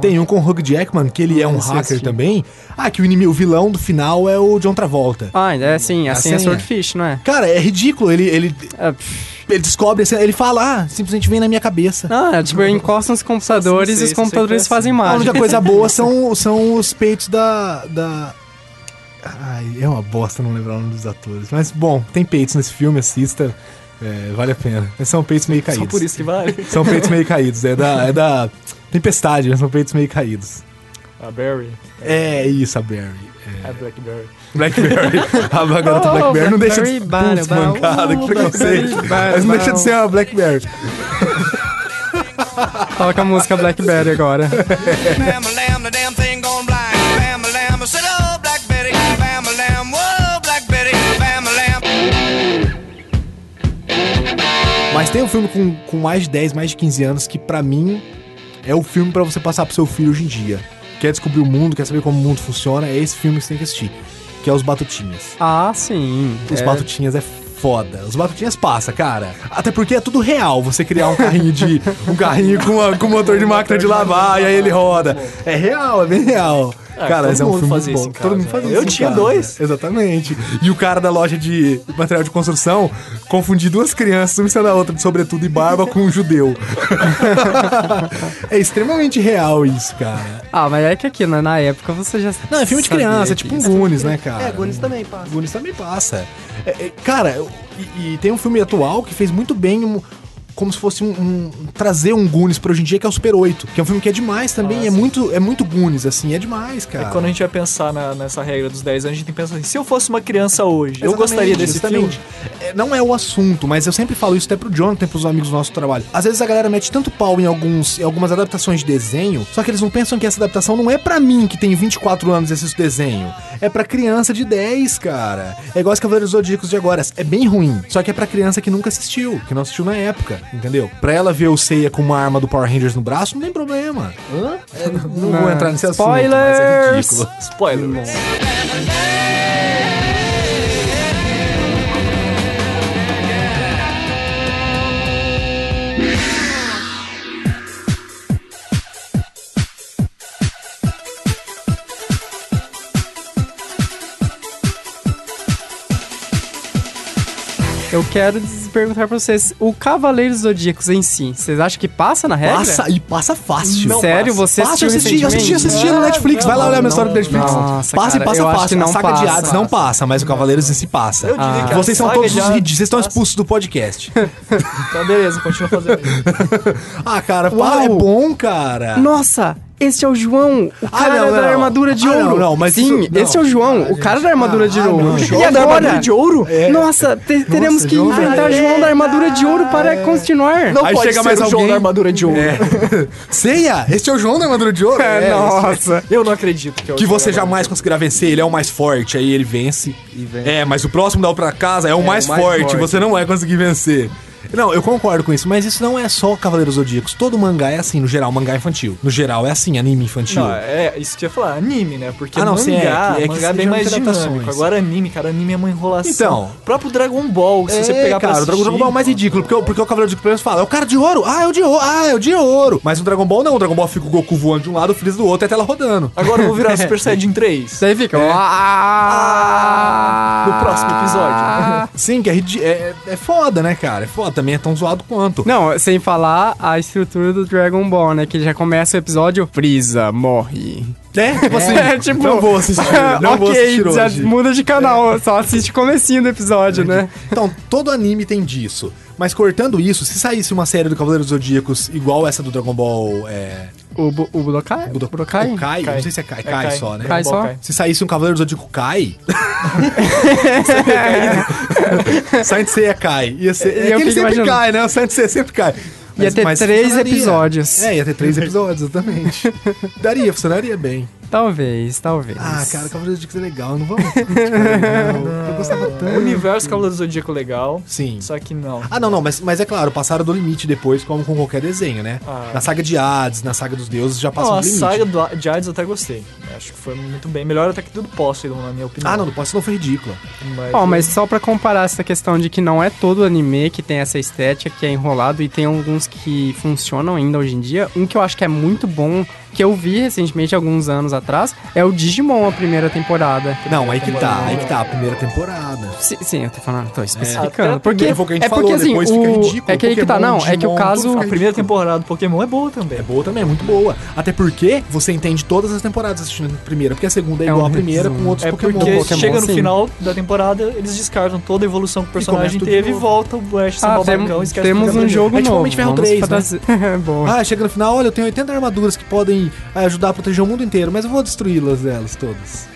A: Tem um com o Hugh Jackman, que ele é um
B: sei
A: hacker
B: se-
A: também. Ah, que o, inimigo, o vilão do final é o John Travolta.
B: Ah, é sim, a,
A: A
B: senha
A: senha.
B: é Swordfish, não é?
A: Cara, é ridículo, ele, ele
B: Ah, pff,
A: ele descobre, assim, ele fala, ah, simplesmente vem na minha cabeça.
B: Ah, tipo, encosta nos computadores
C: Isso,
B: e
C: isso,
B: os
C: isso aí
B: computadores
C: foi
B: fazem
A: A
B: mágica.
A: única coisa boa são, são os peitos da. da. Ai, é uma bosta não lembrar o nome dos atores. Mas, bom, tem peitos nesse filme, assista. É, vale a pena. Mas são peitos meio caídos.
C: Só por isso que vale.
A: São peitos meio caídos. É da, é da Tempestade, né? São peitos meio caídos.
C: A Barry.
A: É isso, a Barry.
C: A Blackberry.
A: É. Blackberry. a garota
B: Oh,
A: Blackberry não deixa de
B: Blackberry
A: ser putz,
B: Barry, Barry.
A: mancada, que
B: Oh,
A: preconceito.
B: Blackberry Barry,
A: Mas não deixa de
B: Barry.
A: ser uma Blackberry.
B: Toca a música Blackberry agora.
G: Bam a lamb, the damn thing gone blind. Bam a lamb, I said, oh, Black Betty. Bam a lamb, whoa, Black Betty. Bam a lamb.
A: Mas tem um filme com, com mais de 10, mais de 15 anos que, pra mim, é o filme pra você passar pro seu filho hoje em dia. Quer descobrir o mundo, quer saber como o mundo funciona, é esse filme que você tem que assistir. Que é Os Batutinhas.
B: Ah, sim.
A: Os
B: É.
A: Batutinhas é foda. Os Batutinhas passa, cara. Até porque é tudo real. Você criar um carrinho de um carrinho com, uma- com motor de máquina de lavar e aí ele roda. É real, é bem real. cara,
C: Ah, todo
A: mas é um
C: mundo
A: filme
C: fazia
A: muito
C: isso
A: bom.
C: em casa,
A: todo mundo fazia
C: né?
A: isso
C: Eu
A: em
C: tinha
A: casa.
C: dois.
A: Exatamente. E o cara da loja de material de construção confundiu duas crianças, uma em cima da outra, de sobretudo e barba, com um judeu. é extremamente real isso, cara.
B: Ah, mas é que aqui, né, na época você já.
A: Não, é filme de
B: sabia
A: criança, é
B: disso.
A: tipo um Goonies, né, cara?
D: É, Gunis também, pá.
A: Goonies também passa. É, é, cara, eu- e, e tem um filme atual que fez muito bem um- como se fosse um, um- trazer um Goonies pra hoje em dia, que é o Super 8. Que é um filme que é demais também, e é muito, é muito Goonies, assim, é demais, cara.
C: Quando a gente vai pensar na- nessa regra dos 10 anos, a gente tem que pensar assim, se eu fosse uma criança hoje, eu
A: Exatamente,
C: gostaria desse
A: exatamente.
C: filme?
A: É, não é o assunto, mas eu sempre falo isso até pro Jonathan, pros amigos do nosso trabalho. Às vezes a galera mete tanto pau em, alguns, em algumas adaptações de desenho, só que eles não pensam que essa adaptação não é pra mim que tenho 24 anos e assisto desenho. É pra criança de 10, cara. É igual os Cavaleiros Zodíacos de agora. É bem ruim, só que é pra criança que nunca assistiu, que não assistiu na época, entendeu? Pra ela ver o Seiya com uma arma do Power Rangers no braço, não tem problema. Hã? É, não, vou
B: Não.
A: entrar nesse assunto, mas é
B: Spoilers!
A: ridículo.
C: Spoiler.
B: Eu quero des- perguntar pra vocês: o Cavaleiros Zodíacos em si, vocês acham que passa na regra?
A: Passa, e passa fácil.
B: Não Sério? passa. Você
A: passa, eu
B: assistiu
A: assisti, eu assisti,
B: recentemente?
A: assisti no Netflix. Vai lá olhar a minha história do Netflix.
B: Nossa,
A: passa
B: cara,
A: e passa,
B: eu acho
A: passa.
B: que não
A: a saga de
B: passa.
A: Hades não passa, mas o Cavaleiros em si passa.
C: Eu diria que a
A: Vocês são
C: saga
A: todos
C: de
A: os
C: Hades
A: ridículos. Vocês estão
C: passa.
A: expulsos do podcast.
C: Então beleza, continua fazendo isso.
A: ah, cara, pá,
B: Uau.
A: é bom, cara.
B: Nossa, esse é o João, o cara
A: Ah. não,
B: da
A: não.
B: armadura de
A: Ah,
B: ouro.
A: não, não, mas
B: Sim,
A: isso- não.
B: esse é o João, o cara da armadura de
A: Ah,
B: ouro.
A: não, João
B: e
A: da
B: agora?
A: armadura de
B: ouro? Nossa, te- teremos que
A: João da
B: inventar
A: armadura- É.
B: João da armadura de ouro para continuar.
A: Aí chega mais alguém. É.
C: da armadura de ouro.
A: Ceia, esse é o João da Armadura de Ouro?
B: É, nossa.
A: esse é.
C: Eu não acredito que eu
A: Que você jamais conseguirá vencer, ele é o mais forte, aí ele vence.
D: E vem.
A: É, mas o próximo da outra casa é o mais,
D: o mais
A: forte,
D: forte.
A: você não vai conseguir vencer. Não, eu concordo com isso, mas isso não é só Cavaleiros Zodíacos. Todo mangá é assim, no geral, mangá infantil. No geral, é assim, anime infantil.
C: Não, é isso que eu ia falar, anime, né? Porque
A: Ah, não,
C: mangá,
A: sim, é que- é que
C: mangá é
A: sejam
C: bem mais
A: adaptações.
C: dinâmico. Agora anime, cara, anime é uma enrolação.
A: Então.
C: o próprio Dragon Ball, se você pegar
A: É, cara, o Dragon-
C: pra assistir,
A: Dragon Ball é o mais ridículo, porque, o- porque o Cavaleiro de Pelas fala, é o cara de ouro? Ah, é o de ouro, ah, é o de ouro. Mas o Dragon Ball não, o Dragon Ball fica o Goku voando de um lado, o Freeza do outro e a tela rodando.
C: Agora eu vou virar Super Saiyajin 3.
B: Isso aí fica. Ah,
C: No próximo episódio.
A: Sim, que é, ridi- é, é foda, né, cara? É foda, também é tão zoado quanto.
B: Não, sem falar a estrutura do Dragon Ball, né? Que já começa o episódio Frieza morre.
A: É, tipo assim,
B: É, tipo,
A: não vou assistir, não vou
B: ok,
A: assistir
B: já
A: hoje. É.
B: muda de canal, só assiste o comecinho do episódio, né?
A: Então, todo anime tem disso. Mas cortando isso, se saísse uma série do Cavaleiros Zodíacos igual essa do Dragon Ball é,
B: O, Bu- o Budokai?
A: Budo-
B: É Budokai?
A: O Kai?
C: Kai.
A: Não sei se é Kai, Kai,
C: Kai.
A: só, né?
B: Kai
C: Dragon Ball
B: só?
C: Kai.
A: Se saísse um Cavaleiro Zodíaco Kai. Saint Seiya cai. Ia ser,
B: Eu
A: é que ele
B: fico
A: sempre
B: imaginando.
A: cai, né? O Saint Seiya sempre cai.
B: Ia ter três
A: funcionaria.
B: episódios.
A: É, ia ter três episódios, exatamente. Daria, funcionaria bem.
B: Talvez, talvez.
A: Ah, cara, Cavaleiros Zodíacos é legal, não vamos. Não, eu gostava
C: O
A: tanto.
C: Então, universo Cavaleiro do Zodíaco é legal,
A: Sim.
C: só que não.
A: Ah, não, não, mas, mas é claro, passaram do limite depois, como com qualquer desenho, né?
C: Ah.
A: Na saga de Hades, na saga dos deuses, já passou
C: Não,
A: do um
C: a
A: limite.
C: saga do, de Hades eu até gostei. Acho que foi muito bem. Melhor até que tudo Poseidon, na minha opinião.
A: Ah, não, do Posse não foi ridícula.
C: Mas,
B: Ó, mas só pra comparar essa questão de que não é todo anime que tem essa estética, que é enrolado, e tem alguns que funcionam ainda hoje em dia. Um que eu acho que é muito bom, que eu vi recentemente, alguns anos atrás, é o Digimon, a primeira temporada.
A: Não, aí que tá, aí que tá, a primeira temporada.
B: Sim, sim, eu tô falando, tô
A: até
B: especificando.
A: a
B: porque
A: primeira foi o que a gente
B: é porque
A: falou,
B: assim,
A: depois fica
B: o,
A: ridículo,
B: é que aí que tá,
A: Pokémon,
B: não, é que o
A: Digimon,
B: caso
A: tudo
C: A primeira temporada do Pokémon é boa também.
A: É boa também, é muito boa. Até porque você entende todas as temporadas assistindo a primeira, porque a segunda é,
B: É
A: igual
B: um
A: à primeira
B: resumo.
A: com outros
C: É
A: Pokémon.
C: porque
B: Pokémon,
C: chega no
B: sim.
C: final da temporada, eles descartam toda a evolução que o
A: começa
C: personagem
A: tudo
C: teve
A: de
C: e
A: novo.
C: volta o Ash sem
B: Ah,
C: babagão,
B: tem-
C: esquece
B: temos
C: tudo
B: um
C: que tá
B: jogo
A: É tipo
B: novo.
A: Homem de Ferro
B: vamos
A: 3, né?
B: fantasia- É bom.
A: Ah, chega no final, olha, eu tenho 80 armaduras que podem ah, ajudar a proteger o mundo inteiro, mas eu vou destruí-las elas todas.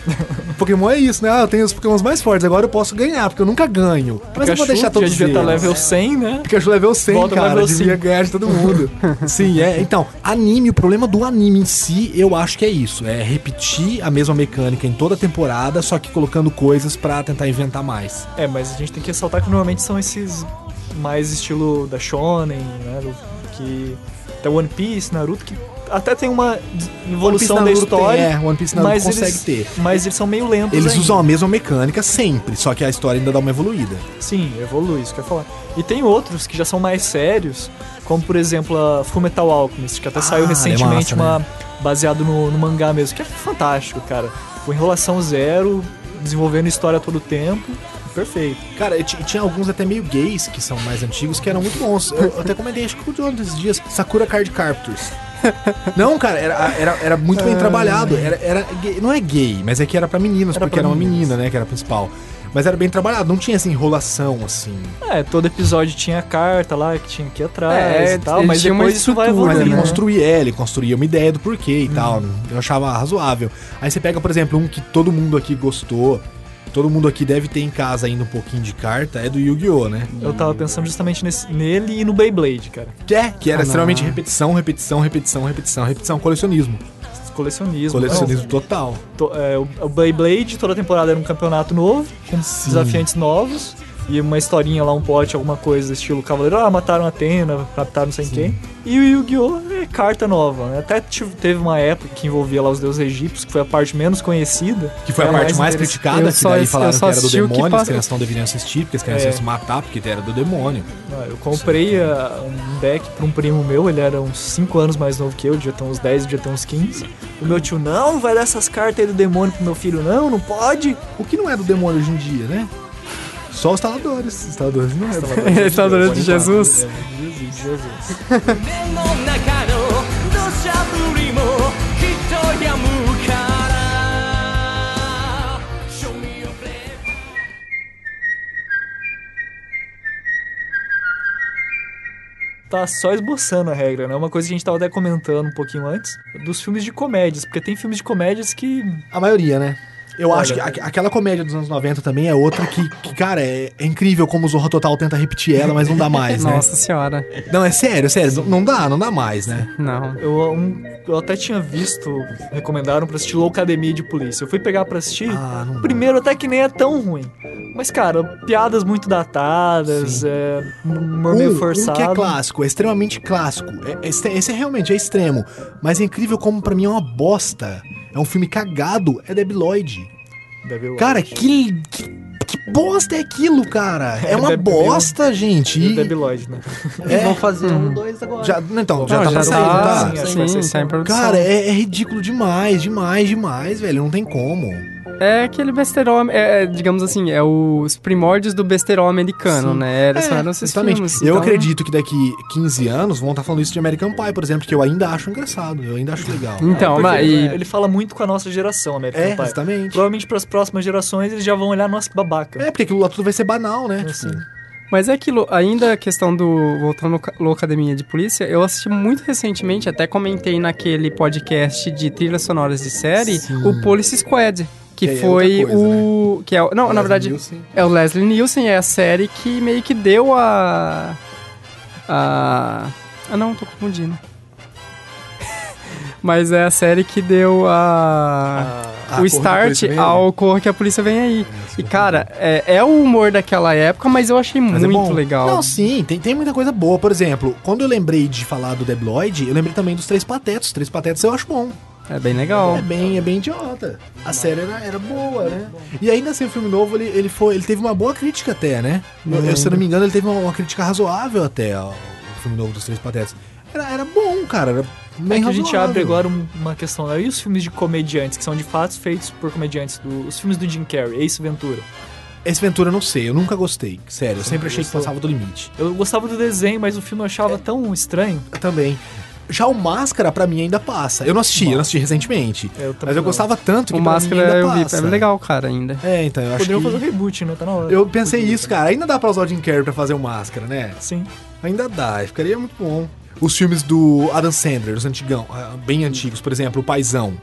A: Pokémon é isso, né? Ah, eu tenho os Pokémons mais fortes, agora eu posso ganhar, porque eu nunca ganho. Mas eu vou
C: Pikachu,
A: deixar
C: que já
A: todos
C: devia estar
A: eles.
C: level 100, né?
A: Pikachu level 100,
C: Volta
A: cara.
C: level
A: devia
C: 5.
A: ganhar de todo mundo. Sim, é. Então, anime, o problema do anime em si, eu acho que é isso. É repetir a mesma mecânica em toda a temporada, só que colocando coisas pra tentar inventar mais.
C: É, mas a gente tem que ressaltar que normalmente são esses mais estilo da Shonen, né? do- que até One Piece, Naruto, que até tem uma des- evolução
A: One
C: da
A: Piece Naruto
C: história,
A: tem, é, One Piece Naruto
C: mas,
A: consegue
C: eles,
A: ter.
C: mas eles são meio lentos
A: Eles
C: ainda.
A: usam a mesma mecânica sempre, só que a história ainda dá uma evoluída.
C: Sim, evolui, isso que eu ia falar. E tem outros que já são mais sérios, como por exemplo a Fullmetal Alchemist, que até
A: Ah,
C: saiu
A: é
C: recentemente,
A: massa,
C: uma baseado no, no mangá mesmo, que é fantástico, cara. Com enrolação zero, desenvolvendo história a todo tempo, perfeito.
A: Cara, e ti- e tinha alguns até meio gays que são mais antigos que eram muito bons. Eu eu até comentei, acho que com o John desses dias, Sakura Card Carpenters. Não, cara, era, era, era muito
C: Ah.
A: bem trabalhado. Era, era gay- não é gay, mas é que era pra meninas,
C: Era
A: porque
C: pra
A: era uma
C: meninas.
A: menina, né, que era a principal. Mas era bem trabalhado, não tinha essa enrolação, assim.
C: É, todo episódio tinha a carta lá que tinha que ir atrás
B: É,
C: e tal,
B: ele
C: mas
B: tinha uma
C: depois isso vai
B: estrutura,
A: Mas
C: evoluindo.
A: ele
B: né?
A: construía, é, ele construía uma ideia do porquê e tal.
C: Uhum.
A: Eu achava razoável. Aí você pega, por exemplo, um que todo mundo aqui gostou, todo mundo aqui deve ter em casa ainda um pouquinho de carta, é do Yu-Gi-Oh, né?
C: Eu tava pensando justamente nesse- nele e no Beyblade, cara.
A: Que é, que era
B: Ah,
A: extremamente
B: não.
A: repetição, repetição, repetição, repetição, repetição, colecionismo.
C: Colecionismo.
A: Colecionismo total.
C: não. To- é, o o Beyblade, toda temporada era um campeonato novo, com desafiantes novos. E uma historinha lá, um pote, alguma coisa, estilo Cavaleiro. Ah, mataram a Atena, raptaram não sei quem. E o Yu-Gi-Oh! é carta nova, né? Até tive- teve uma época que envolvia lá os deuses egípcios, que foi a parte menos conhecida.
A: Que foi a
C: É
A: parte mais
C: interessante.
A: criticada,
B: Eu
A: que
B: só-
A: daí
B: eu
A: falaram
B: só
A: que era do
B: assisti o que
A: demônio, as
B: passa-
A: crianças não deveriam assistir, porque as crianças
C: É.
A: iam se matar, porque era do demônio.
C: Ah, Eu comprei ah, um deck pra um primo meu, ele era uns 5 anos mais novo que eu, devia ter uns 10, devia ter uns 15. O meu tio, não, vai dar essas cartas aí do demônio pro meu filho, não, não pode.
A: O que não é do demônio hoje em dia, né? Só os taladores. Os taladores não é.
B: Restaurante de Jesus.
C: Tá só esboçando a regra, né? Uma coisa que a gente tava até comentando um pouquinho antes, dos filmes de comédias, porque tem filmes de comédias que
A: A maioria, né? Eu
C: Olha,
A: acho que aque- aquela comédia dos anos 90 também é outra que, que, cara, é, é incrível como o Zorro Total tenta repetir ela, mas não dá mais, né?
B: Nossa senhora.
A: Não, é sério, é sério, não- não dá, não dá mais, né?
B: Não.
C: eu, um- eu até tinha visto, recomendaram pra assistir Loucademia de Polícia. Eu fui pegar pra assistir,
A: Ah, não dá.
C: Primeiro, até que nem é tão ruim. Mas, cara, piadas muito datadas,
A: Sim.
C: é, humor meio forçado.
A: que é clássico, é extremamente clássico. É- esse, esse é realmente é extremo. Mas é incrível como pra mim é uma bosta. É um filme cagado, é Debiloid.
C: Deve eu-
A: Cara, que, que, que bosta é aquilo, cara? É
C: É
A: uma
C: Debi-
A: bosta, gente.
C: E o
A: E-
C: Debi Lloyd, né?
A: é,
D: Vão fazer um, dois agora.
A: já, não, então, já
B: Não,
A: tá pra sair, não tá?
C: sim,
B: Sim,
C: acho que
B: sim,
C: vai sair
B: tá em
C: sim.
B: produção.
A: Cara, é, é ridículo demais, demais, demais, velho. Não tem como.
B: É aquele besterol, é, é, digamos assim, é os primórdios do besterol americano,
A: Sim.
B: né? Era, só
A: É,
B: eram esses
A: exatamente.
B: filmes.
A: eu
B: então-
A: acredito que daqui 15 anos vão estar falando isso de American Pie, por exemplo, que eu ainda acho engraçado. Eu ainda acho legal.
B: Então,
C: Porque
B: mas...
C: ele,
B: e-
C: ele fala muito com a nossa geração, né? American
A: É,
C: Pie.
A: exatamente.
C: Provavelmente pras próximas gerações eles já vão olhar, nossa, que babaca.
A: É, porque aquilo lá tudo vai ser banal, né?
C: Assim.
A: Tipo,
B: Mas é aquilo, ainda a questão do. Voltando à Loucademia de Polícia, eu assisti muito recentemente, até comentei naquele podcast de trilhas sonoras de série,
A: Sim.
B: o Police Squad. Que
A: Que aí é
B: foi
A: outra coisa, né?
B: o. Que é, o- não, na verdade, é o Leslie Nielsen, é a série que meio que deu a. A. Ah, não, tô confundindo. Mas é a série que deu
A: Ah,
B: a o
A: Corra que a
B: start
A: Polícia Vem Aí.
B: ao Corra que a Polícia Vem Aí. e, cara, é, é o humor daquela época, mas eu achei
A: Mas é
B: muito
A: bom.
B: legal.
A: Não, sim, tem, tem muita coisa boa. Por exemplo, quando eu lembrei de falar do Debloid, eu lembrei também dos Três Patetas. Os Três Patetas eu acho bom.
B: É bem legal.
A: É bem, é bem idiota. A série era, era boa, né? E ainda assim, o filme novo, ele, ele, foi, ele teve uma boa crítica até, né? Eu-
C: Uhum.
A: eu, se eu não me engano, ele teve uma, uma crítica razoável até, ó, o filme novo dos Três Patetas. Era, era bom, cara, era bem
C: É que a gente
A: razoável.
C: abre agora um- uma questão, né? E os filmes de comediantes, que são de fato feitos por comediantes, do- os filmes do Jim Carrey, Ace Ventura.
A: Esse Ventura eu não sei, eu nunca gostei. Sério, eu sempre achei que passava do limite.
C: Eu gostava do desenho, mas o filme eu achava tão estranho.
A: Eu também. Já o Máscara, pra mim, ainda passa. Eu não assisti, eu não assisti recentemente.
C: É, eu também
A: mas eu
C: não.
A: gostava tanto que
B: O
A: pra mim
B: Máscara
A: ainda
B: eu vi,
A: passa.
B: é legal, cara, ainda.
A: É, então, eu acho
C: Poderiam
A: que...
C: fazer um reboot, né? Tá na hora.
A: Eu pensei isso, cara. Ainda dá pra usar o Jim Carrey pra fazer o Máscara, né?
C: Sim.
A: Ainda dá, ficaria muito bom. Os filmes do Adam Sandler, os antigão, ah, bem antigos, por exemplo, O Paizão.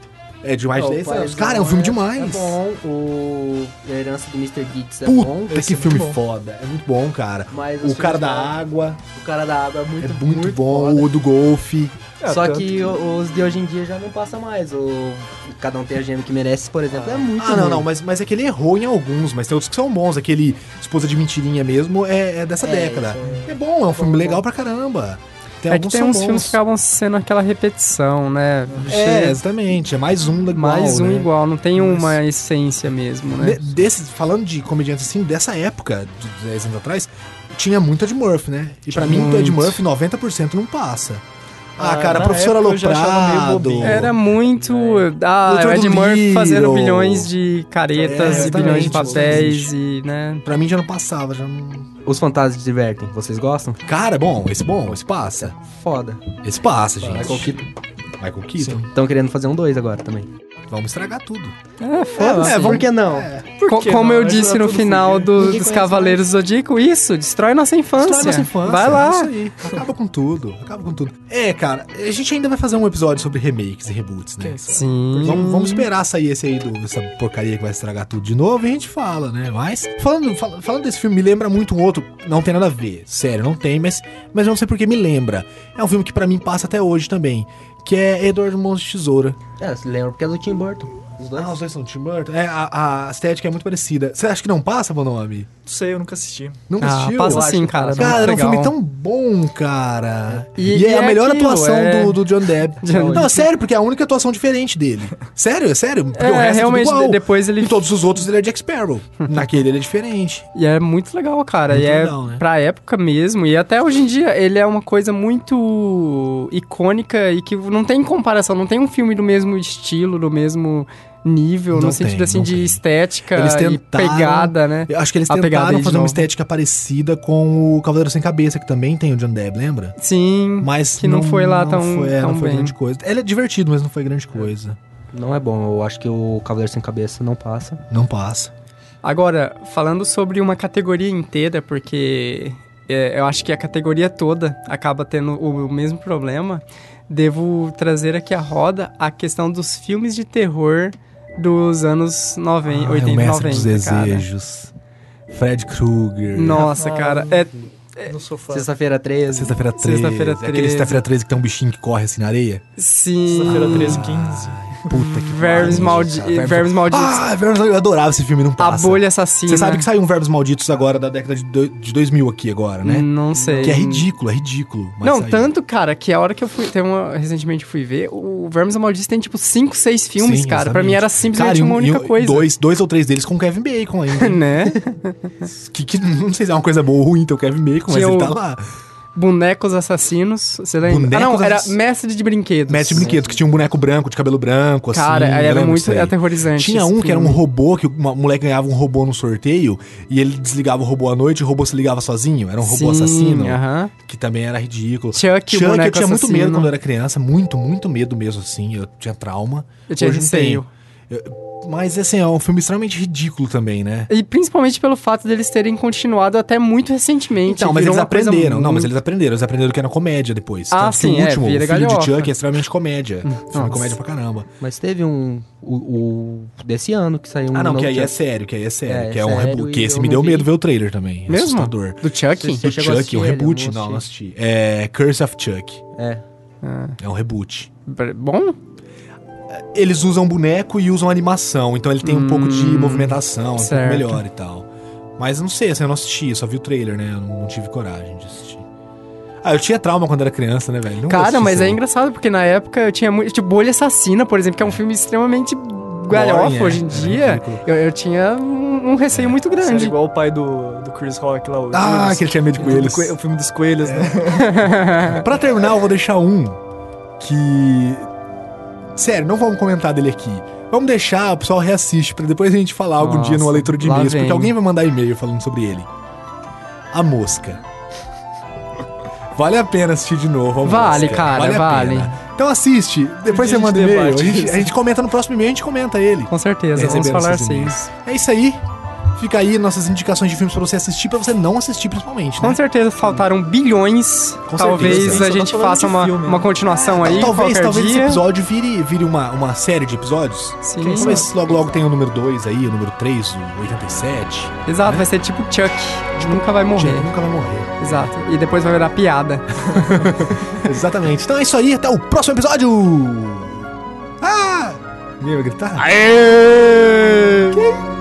A: É de mais de
D: Não,
A: 10
D: pai,
A: anos.
D: não,
A: Cara, é um filme demais.
D: É bom, o a herança do Mr. Gitz é bom.
A: Puta, que
D: Esse é
A: filme
D: muito bom.
A: foda. É muito bom, cara.
D: Mas os
A: O Cara
D: filmes
A: da
D: da-
A: Água
D: O cara da água é muito,
A: é muito, bom.
D: foda.
A: O do Golfe.
D: Só
C: tanto
D: É, que, o- os de hoje em dia já não passa mais. O Cada um tem a gêmeo que merece, por exemplo, é muito
A: Ah, não,
D: ruim.
A: não, mas, mas é que ele errou em alguns, mas tem outros que são bons. Aquele Esposa de Mentirinha mesmo é, é dessa
D: É,
A: década.
D: isso
A: É bom, é um filme legal pra caramba. Tem
B: é que
A: alguns
B: tem
A: são
B: uns
A: bons.
B: filmes que acabam sendo aquela repetição, né?
A: É,
B: Chega-
A: exatamente. É mais um igual,
B: mais um
A: né?
B: igual, não tem
A: Mas-
B: uma essência mesmo, né?
A: De- desse- falando de comediantes assim, dessa época, de 10 anos atrás, tinha muito Ed Murphy, né? E pra mim, o Ed
B: Muito.
A: Murphy, 90% não passa. Ah,
C: Ah,
A: cara,
C: na
A: professor
C: época eu já achava meio
A: Aloprado.
C: bobinho.
B: Era muito. Ah,
A: Doutor
B: o Ed
A: É. do
B: Murphy fazendo
A: Little.
B: bilhões de caretas
A: É,
B: e bilhões
A: exatamente,
B: de papéis e, né?
A: Pra mim já não passava, já não...
D: Os fantasmas divertem. Vocês gostam?
A: Cara, é bom, esse bom, esse passa.
D: Foda.
A: Esse passa, gente.
D: Michael Keaton.
A: Michael Keaton.
D: Estão querendo fazer um 2 agora também.
A: Vamos estragar tudo.
B: É, foda
D: É, por que não?
B: Co-
C: que
B: Como
C: não?
B: eu
C: Mas
B: disse
C: era
B: no
C: tudo
B: final
C: fudido.
B: do-
D: Ninguém
B: dos
D: conhece
B: Cavaleiros do Zodíaco, isso, destrói nossa infância.
A: Destrói nossa infância.
B: Vai
A: é
B: lá.
A: Isso aí. Acaba com tudo. Acaba com tudo. É, cara, a gente ainda vai fazer um episódio sobre remakes e reboots, né?
C: Quem sabe?
B: Sim.
A: Vamos, vamos esperar sair esse aí, do, essa porcaria que vai estragar tudo de novo e a gente fala, né? Mas, falando, fal- falando desse filme, me lembra muito um outro. Não tem nada a ver, sério, não tem, mas, mas eu não sei porque me lembra. É um filme que pra mim passa até hoje também, que é Edward Mãos de Tesoura.
D: É, se lembra porque é do Tim Burton. Os dois.
A: Ah, os dois são do Tim Burton? É, a, a estética é muito parecida. Você acha que não passa, bom nome?
C: Não sei, eu nunca assisti.
A: Nunca
B: Ah,
A: assistiu?
B: passa
D: acho
B: sim,
D: que
B: cara.
D: passa.
A: Cara,
B: muito
A: era um filme
B: legal.
A: tão bom, cara. E,
B: E-
A: é
B: e
A: a
B: é
A: melhor
B: aquilo,
A: atuação
B: é.
A: do, do John Depp.
B: John
A: Não, é sério, porque é a única atuação diferente dele. Sério, é sério. Porque o
B: É,
A: resto
B: realmente,
A: é tudo igual.
B: depois ele.
A: Em todos os outros ele é Jack Sparrow. Naquele ele é diferente.
B: E é muito legal, cara.
A: Muito
B: e é
A: legal, né?
B: pra época mesmo. E até hoje em dia, ele é uma coisa muito icônica e que não tem comparação. Não tem um filme do mesmo estilo, do mesmo nível,
A: Não
B: no sentido
A: tem,
B: assim
A: não
B: de
A: tem.
B: estética
A: Eles
B: e
A: tentaram-
B: pegada, né?
A: Eu acho que eles
B: A pegada aí
A: tentaram
B: de
A: fazer uma
B: novo.
A: estética parecida com o Cavaleiro Sem Cabeça, que também tem o John Depp, lembra?
B: Sim.
A: Mas
B: Que não foi lá tão-
A: foi, é,
B: tão
A: não foi
B: bem.
A: grande coisa. Ele é divertido, mas não foi grande coisa.
D: Não é bom. Eu acho que o Cavaleiro Sem Cabeça não passa.
A: Não passa.
B: Agora, falando sobre uma categoria inteira, porque é, eu acho que a categoria toda acaba tendo o mesmo problema, devo trazer aqui à roda a questão dos filmes de terror dos anos 90,
A: Ai,
B: 80
A: Ah, é o
B: e
A: Mestre dos
B: 90, cara.
A: Desejos. Fred Krueger.
B: Nossa, cara, é
C: Não sou fã.
D: Sexta-feira 13.
A: Sexta-feira 13.
B: Sexta-feira
A: É Aquele
B: 13.
A: sexta-feira 13 que tem um bichinho que corre assim na areia.
B: sim.
C: Sexta-feira 13, 15.
A: Puta que
B: Uhum. Vermes,
A: pariu,
B: maldi
A: cara. Ah, Vermes-
B: Vermes malditos.
A: Ah, tá, Vermes Malditos. Eu adorava esse filme, não
B: a
A: passa.
B: bolha assim, né? assassina.
A: Você sabe que saiu um Verbos Malditos agora da década de, do, de 2000 aqui agora, né?
B: Não sei.
A: Que é ridículo, é ridículo. mas
B: Hum. Não,
A: saiu.
B: tanto, cara, que a hora que eu fui. Tem uma, recentemente fui ver, o Vermes Malditos tem tipo 5, 6 filmes,
A: Sim,
B: cara. Pra
A: exatamente.
B: mim era
A: Cara,
B: simplesmente
A: e um-
B: uma única
A: e um-
B: coisa.
A: Dois, dois ou três deles com o Kevin Bacon ainda.
B: né?
A: que, que não sei se é uma coisa boa ou ruim ter o Kevin Bacon, mas
B: Tinha
A: ele
B: o-
A: tá lá.
B: Bonecos assassinos, você lembra? ah,
A: Bonecos
B: não, era
A: assassinos.
B: mestre de brinquedos.
A: Mestre de Brinquedos, que tinha um boneco branco, de cabelo branco, assim.
B: Cara,
A: eu
B: aí era
A: lembro
B: muito
A: disso aí.
B: aterrorizante.
A: Tinha
B: esse
A: um que era um
B: filme.
A: robô, que o ma- moleque ganhava um robô no sorteio, e ele desligava o robô à noite e o robô se ligava sozinho. Era um robô
B: Sim,
A: assassino,
B: aham.
A: que também era ridículo.
B: Chuck, o
A: Chuck, eu
B: boneco
A: tinha muito
B: assassino.
A: medo quando eu era criança, muito, muito medo mesmo, assim. Eu tinha trauma.
B: Eu tinha
A: Hoje não
B: receio.
A: tenho. Eu- Mas, assim, é um filme extremamente ridículo também, né?
B: E principalmente pelo fato deles terem continuado até muito recentemente.
A: Então, mas
B: virou
A: eles
B: uma coisa
A: aprenderam. Não, mas
B: muito-
A: eles aprenderam. Eles aprenderam que era comédia depois.
B: Ah,
A: Tanto que
B: sim,
A: o
B: é,
A: último,
B: vira
A: o filho de
B: galhofa. Hum,
A: Chuck é extremamente comédia. Filme
B: nossa.
A: comédia pra caramba.
D: Mas teve um. O, o desse ano que saiu um.
B: Hum,
A: Ah, não, que aí é
D: novo-
A: sério, que aí é sério.
D: É,
A: que é um
D: sério,
A: reboot.
D: e
A: Que esse
D: eu
A: me
D: não
A: deu
D: vi.
A: medo ver o trailer também. É
B: Mesmo?
A: assustador.
B: Do Chuck?
D: Você
A: Do Chuck,
D: chegou a assistir
A: um
D: ele? Eu
A: reboot.
D: não
A: Não, não assisti. É Curse of Chuck.
D: É.
A: É um reboot.
B: Bom?
A: Eles usam boneco e usam animação, então ele tem um pouco de movimentação, é um pouco
B: certo.
A: melhor e tal. Mas eu não sei, assim, eu não assisti, eu só vi o trailer, né? Eu não, não tive coragem de assistir. Ah, eu tinha trauma quando era criança, né, velho? Não
B: Cara,
A: assisti
B: mas
A: isso
B: é
A: aí.
B: engraçado porque na época eu tinha muito. Tipo, Bolha Assassina, por exemplo, que é um filme extremamente galhofa
A: é,
B: hoje em
A: é
B: dia.
A: ridículo.
B: Eu, eu tinha um, um receio muito
C: Sério,
B: grande.
C: igual o pai do, do Chris Rock lá. O
A: Ah,
C: Coelhos.
A: que ele tinha medo de
C: O filme do
A: coelhos. É.
C: Coe- O filme dos coelhos, né?
A: Pra terminar, eu vou deixar um que. Sério, não vamos comentar dele aqui. Vamos deixar, o pessoal reassiste pra depois a gente falar algum
B: Nossa,
A: dia numa leitura de
B: lá
A: e-mails,
B: vem.
A: porque alguém vai mandar e-mail falando sobre ele. A mosca. Vale a pena assistir de novo. A
B: Vale,
A: Mosca.
B: cara,
A: a
B: vale.
A: pena. Então assiste, depois
B: Porque
A: você
B: a
A: manda
B: gente
A: e-mail. A
B: debate
A: gente,
B: isso.
A: a gente comenta no próximo e-mail, a gente comenta ele.
B: Com certeza, vamos
A: Recebemos
B: falar
A: esses
B: sim.
A: e-mails. É isso aí. Fica aí nossas indicações de filmes pra você assistir, pra você não assistir principalmente, né?
B: Com certeza faltaram bilhões.
A: Com
B: talvez
A: certeza.
B: a
C: Só
B: gente
C: tá falando
B: faça
C: de
B: uma,
C: filme, né?
B: uma continuação aí
A: talvez
B: qualquer
A: talvez esse
B: dia.
A: episódio vire, vire uma, uma série de episódios.
B: Sim.
A: Talvez logo logo tenha o número 2 aí, o número 3, o 87.
B: Exato, vai ser tipo Chuck. Nunca vai morrer.
A: Gente, né? nunca vai morrer.
B: Exato. E depois vai virar piada.
A: Exatamente. Então é isso aí, até o próximo episódio! Ah! Ninguém vai gritar?
B: Aê!
A: Que